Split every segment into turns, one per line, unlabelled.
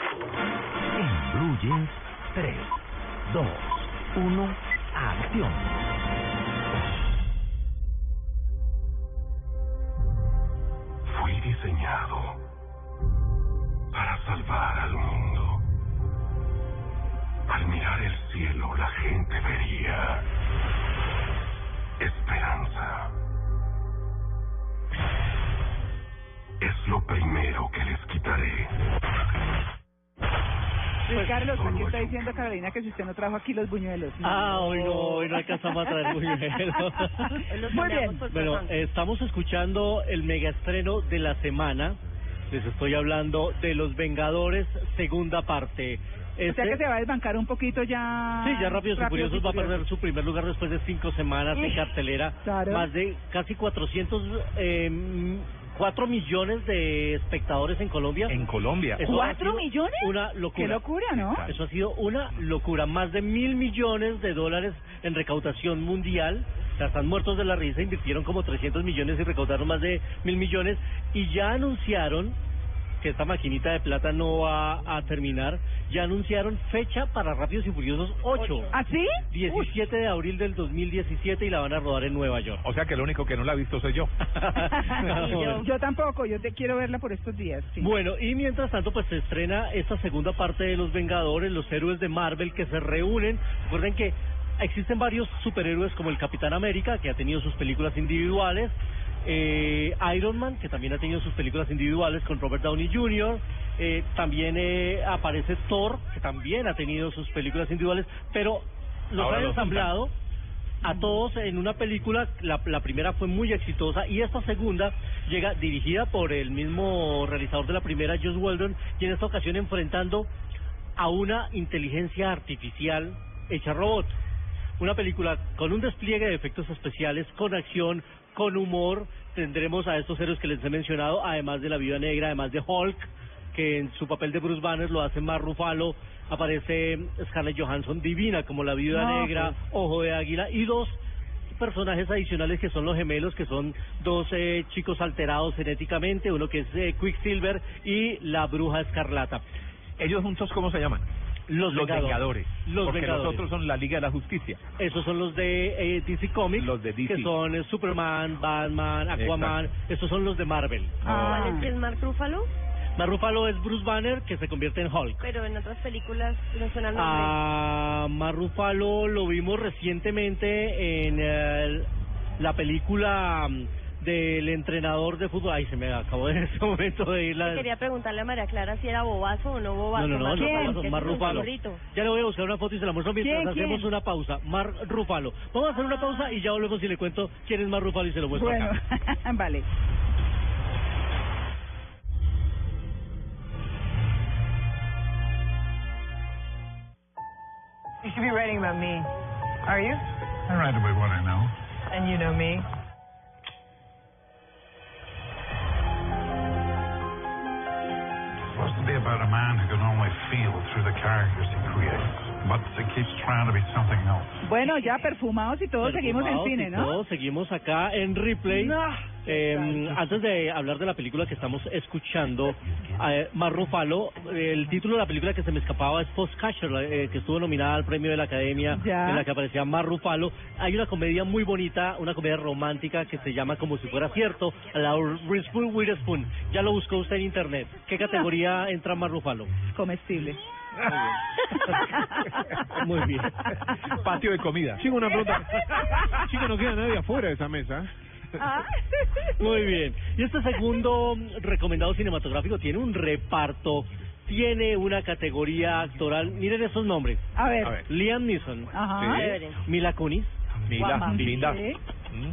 En Blue Jeans, 3, 2, 1, acción.
Fui diseñado para salvar al mundo. Al mirar el cielo, la gente vería esperanza. Es lo primero que les quitaré.
Pues,
Luis Pues, Carlos, aquí
Solo
está
hay un
diciendo Carolina que si usted no trajo aquí los buñuelos. No.
Ah, hoy no, hoy no alcanzamos a traer muy bien.
Muy bien.
Bueno, estamos escuchando el megaestreno de la semana. Les estoy hablando de Los Vengadores, segunda parte.
O sea que
Este-
se va a desbancar un poquito ya.
Sí, ya Rápidos y
Rápidos
Furiosos va a perder su primer lugar después de cinco semanas en cartelera.
Eh, claro.
Más de casi 400, eh, 4 millones de espectadores en Colombia.
En Colombia.
Eso ha
¿Cuatro
sido
millones?
Una locura.
Qué locura, ¿no?
Eso ha sido una locura. Más de mil millones de dólares en recaudación mundial. O sea, están muertos de la risa. Invirtieron como 300 millones y recaudaron más de mil millones. Y ya anunciaron que esta maquinita de plata no va a terminar. Ya anunciaron fecha para Rápidos y Furiosos 8.
¿Ah, sí?
17 de abril del 2017 y la van a rodar en Nueva York.
O sea que el único que no la ha visto soy yo.
yo. tampoco, yo te quiero verla por estos días. sí.
Bueno, y mientras tanto, pues se estrena esta segunda parte de Los Vengadores, los héroes de Marvel que se reúnen. Recuerden que existen varios superhéroes como el Capitán América, que ha tenido sus películas individuales, eh, Iron Man, que también ha tenido sus películas individuales con Robert Downey Jr., eh, también eh, aparece Thor, que también ha tenido sus películas individuales, pero los
Ahora
han
lo juntan.
ensamblado a todos en una película. La, la primera fue muy exitosa y esta segunda llega dirigida por el mismo realizador de la primera, Joss Weldon, y en esta ocasión enfrentando a una inteligencia artificial hecha robot. Una película con un despliegue de efectos especiales, con acción, con humor. Tendremos a estos héroes que les he mencionado, además de la Viuda Negra, además de Hulk, que en su papel de Bruce Banner lo hace más Rufalo. Aparece Scarlett Johansson divina como la Viuda
No,
Negra, Ojo de Águila y dos personajes adicionales que son los gemelos, que son dos eh, chicos alterados genéticamente, uno que es eh, Quicksilver y la Bruja Escarlata.
Ellos juntos, ¿cómo se llaman?
Los Vengadores. Los
Porque
Vengadores.
los otros son la Liga de la Justicia.
Esos son los de eh, DC Comics,
Los de DC.
que son eh, Superman, Batman, Aquaman, esos son los de Marvel.
Ah.
¿Cuál es el Mark Ruffalo?
Marrúfalo es Bruce Banner, que se convierte en Hulk.
Pero en otras películas no suena el nombre.
Ah. A Marrufalo lo vimos recientemente en el- la película mm, del entrenador de fútbol. Ay, se me acabó en este momento de ir la...
Quería preguntarle a María Clara si era bobazo o
No,
no bobazo.
no, no,
Mark
no,
Ruffalo,
Marrufalo,
que es un
Marrufalo.
zorrito.
Ya le voy a buscar una foto y se la muestro mientras
¿Quién,
hacemos
quién?
una pausa. Marrufalo. Vamos a hacer una pausa y ya volvemos y le cuento quién es Marrufalo y se lo muestro
Bueno,
acá.
vale.
You should be writing about me. Are you?
I write about what I know.
And you know me.
supposed to be about a man who can only feel through the characters he creates, but it keeps trying to be something else.
Bueno, ya perfumados y todo, seguimos en
Perfumados
cine,
y
¿no?
todo, seguimos acá en replay.
No.
Eh, antes de hablar de la película que estamos escuchando, eh, Marrufalo, el título de la película que se me escapaba es Postcatcher, la, eh, que estuvo nominada al premio de la Academia,
Ya.
en la que aparecía Marrufalo. Hay una comedia muy bonita, una comedia romántica que se llama Como si fuera cierto, a la Witherspoon Witherspoon. Ya lo buscó usted en internet. ¿Qué categoría entra Marrufalo?
Comestible.
Muy bien.
Patio de comida.
Chico, una pregunta. Chico, no queda nadie afuera de esa mesa.
Muy bien. Y este segundo mm, recomendado cinematográfico tiene un reparto, tiene una categoría actoral. Miren esos nombres.
A ver.
A ver.
Liam Neeson,
Ajá.
Sí.
Chévere.
Mila Kunis,
Mila,
Guapa.
linda.
Sí.
Mm.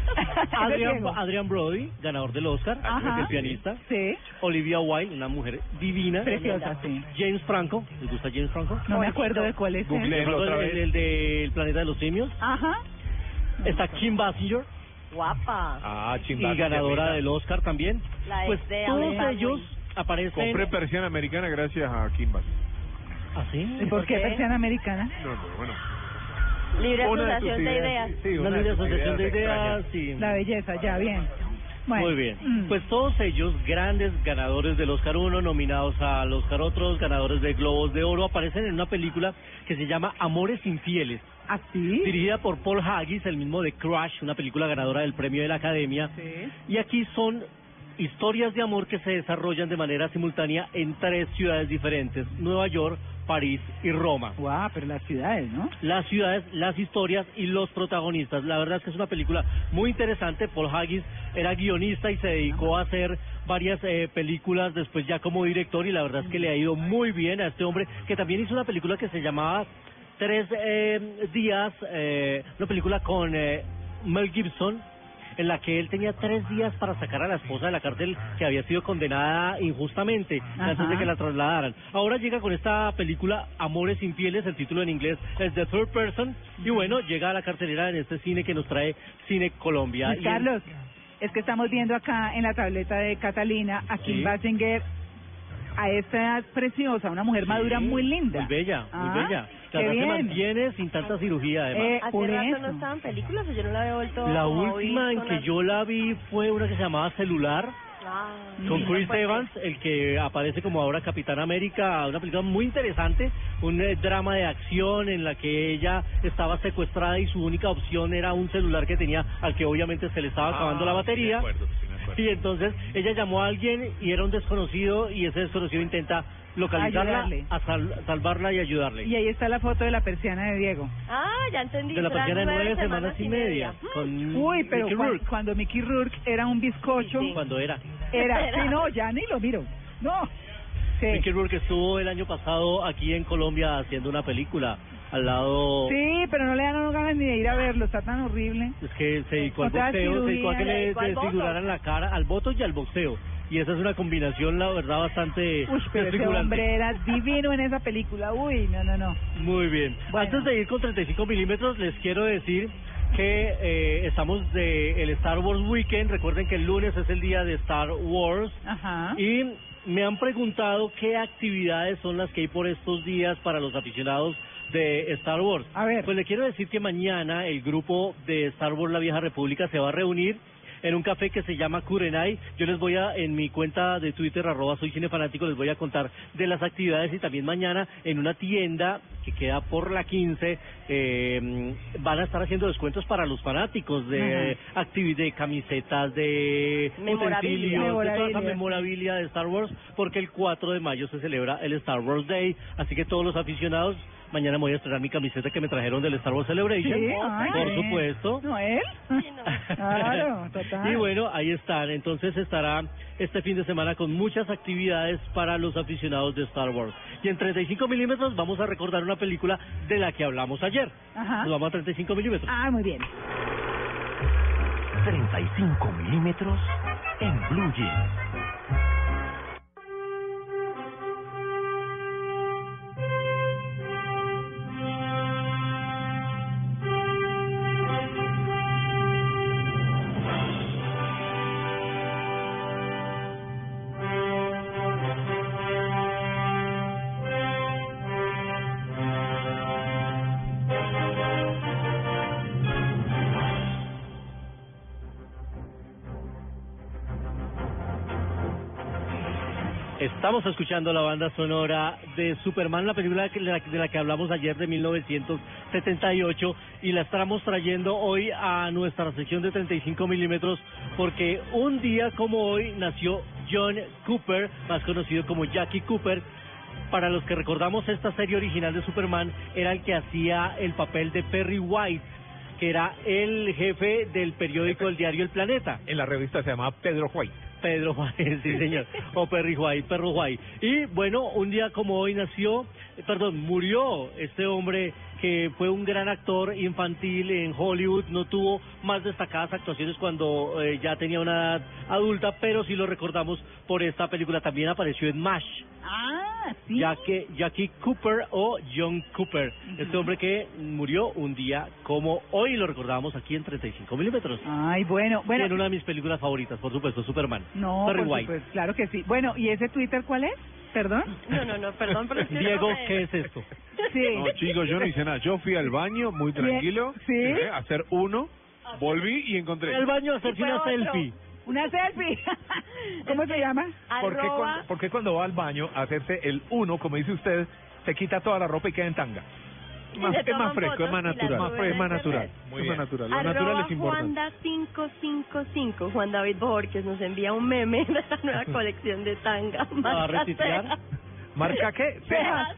Adrian,
ciego.
Adrian Brody, ganador del Oscar,
Ajá.
el pianista.
Sí.
Olivia Wilde, una mujer divina.
Preciosa, sí.
James Franco, ¿les gusta James Franco?
No me acuerdo de cuál es. ¿eh?
Google. Léelo otra
el,
vez.
el del planeta de los simios.
Ajá.
Está Kim Basinger,
Guapa.
Ah, chimba.
y ganadora del Oscar también.
La
Pues
ex de
todos
Alec Baldwin.
ellos aparecen.
Compré persiana americana gracias a Kimball.
¿Ah, sí?
¿Y por qué
¿Por qué?
persiana americana?
No, no, bueno.
Libre
Una de tus
asociación de ideas.
Sí,
Una
una de
libre
tus
asociación de
extrañas.
ideas. sí.
La belleza, ya, bien. Bueno,
Muy bien.
mm.
Pues todos ellos, grandes ganadores del Oscar 1, nominados al Oscar otros, ganadores de Globos de Oro, aparecen en una película que se llama Amores Infieles,
¿Así?
dirigida por Paul Haggis, el mismo de Crash, una película ganadora del premio de la Academia.
Sí.
Y aquí son historias de amor que se desarrollan de manera simultánea en tres ciudades diferentes, Nueva York, París y Roma.
Guau, pero las ciudades, ¿no?
Las ciudades, las historias y los protagonistas. La verdad es que es una película muy interesante. Paul Haggis era guionista y se dedicó a hacer varias eh, películas después ya como director y la verdad es que le ha ido muy bien a este hombre que también hizo una película que se llamaba Tres eh, días, eh, una película con eh, Mel Gibson en la que él tenía tres días para sacar a la esposa de la cárcel que había sido condenada injustamente antes de que la trasladaran. Ahora llega con esta película Amores Infieles, el título en inglés es The Third Person, y bueno, llega a la cartelera en este cine que nos trae Cine Colombia.
Luis
Y-
Carlos, es que estamos viendo acá en la tableta de Catalina a Kim
Sí.
Basinger, a esta preciosa, una mujer madura
Sí,
muy linda.
Muy bella,
Ah,
muy bella. La
qué
verdad se
bien.
mantiene sin tanta cirugía, además.
Eh,
Hace
por
rato
eso.
no estaban películas, o yo no la había vuelto
la
como a
última
oír
en
con
que
las-
yo la vi fue una que se llamaba Celular.
Ah,
Con
sí,
Chris
fuerte.
Evans, el que aparece como ahora Capitán América, una película muy interesante, un eh, drama de acción en la que ella estaba secuestrada y su única opción era un celular que tenía al que obviamente se le estaba acabando la batería. y entonces ella llamó a alguien y era un desconocido y ese desconocido intenta localizarla,
Ayudarle.
a sal- salvarla y ayudarle.
Y ahí está la foto de la persiana de Diego.
Ah, ya entendí.
de la
serán
partida de nueve semanas y media.
Mm.
con
Uy, pero
Mm, Mickey
cuan-
Rourke,
cuando Mickey Rourke era un bizcocho,
cuando era.
era... Sí, no, ya ni lo miro. No. Sí.
Mickey Rourke estuvo el año pasado aquí en Colombia haciendo una película al lado.
Sí, pero no le dan ganas ni de ir a verlo, está tan horrible.
Es que se dedicó al
O sea,
boxeo, se dedicó a
cirugía,
que
se
le
dedicó al botox.
desfiguraran la cara, al voto y al boxeo. Y esa es una combinación, la verdad, bastante
Uy, pero ese
desfigurante.
hombre era divino en esa película. Uy, no, no, no.
Muy bien.
Bueno.
Antes de ir con 35 milímetros, les quiero decir que eh, estamos de el Star Wars Weekend. Recuerden que el lunes es el día de Star Wars.
Ajá.
Y me han preguntado qué actividades son las que hay por estos días para los aficionados de Star Wars.
A ver.
Pues le quiero decir que mañana el grupo de Star Wars La Vieja República se va a reunir en un café que se llama Kurenai. Yo les voy a, en mi cuenta de Twitter, arroba soy cinefanático, les voy a contar de las actividades y también mañana en una tienda que queda por la 15, eh, van a estar haciendo descuentos para los fanáticos de activi- de camisetas, de
Memorabilia.
utensilios, de toda esa
Memorabilia.
memorabilia de Star Wars, porque el 4 de mayo se celebra el Star Wars Day, así que todos los aficionados, mañana me voy a estrenar mi camiseta que me trajeron del Star Wars Celebration,
ay,
por
eh.
supuesto.
¿No él? Claro, total.
Y bueno, ahí están. Entonces estará este fin de semana con muchas actividades para los aficionados de Star Wars. Y en 35 milímetros vamos a recordar una película de la que hablamos ayer.
Ajá.
Nos vamos a 35 milímetros.
Ah, muy bien.
35 milímetros en Blue Jeans.
Estamos escuchando la banda sonora de Superman, la película que- de la, de la que hablamos ayer de 1978 y la estamos trayendo hoy a nuestra sección de 35 milímetros porque un día como hoy nació John Cooper, más conocido como Jackie Cooper. Para los que recordamos esta serie original de Superman, era el que hacía el papel de Perry White, que era el jefe del periódico El Diario El Planeta.
En la revista se llamaba Pedro White.
Pedro Juárez, sí señor, o Perry White, Perro White. Y bueno, un día como hoy nació, eh, perdón, murió este hombre que fue un gran actor infantil en Hollywood, no tuvo más destacadas actuaciones cuando eh, ya tenía una edad adulta, pero sí lo recordamos por esta película. También apareció en MASH.
Ah, sí.
Jackie, Jackie Cooper o John Cooper. Este hombre que murió un día como hoy, lo recordamos aquí en 35 milímetros.
Ay, bueno, bueno.
En una de mis películas favoritas, por supuesto, Superman.
No,
Perry
por
White.
supuesto, claro que sí. Bueno, ¿y ese Twitter cuál es? ¿Perdón?
No, no, no, perdón, pero es que
Diego,
no me-
¿qué es esto?
Sí.
No, chicos, yo no hice nada. Yo fui al baño muy
Bien.
tranquilo.
¿Sí?
llegué a hacer uno. Volví y encontré.
El baño a hacerse
fue
una
otro.
selfie.
Una selfie. ¿Cómo se llama?
¿Por qué,
Arroba-
cuando, por qué cuando va al baño a hacerse el uno, como dice usted, se quita toda la ropa y queda en tanga?
Y
Más-
se
es más
toman
fresco, es
fotos
más
y las
natural. Más
suben
fre-
a
es más natural.
internet.
Muy es más natural. Lo natural
Arroba
es importante.
Juanda 555, Juan David Borges nos envía un meme de la nueva colección de tanga.
¿La va a
Marca
retuitear?
Cejas.
¿Marca qué?
Cejas.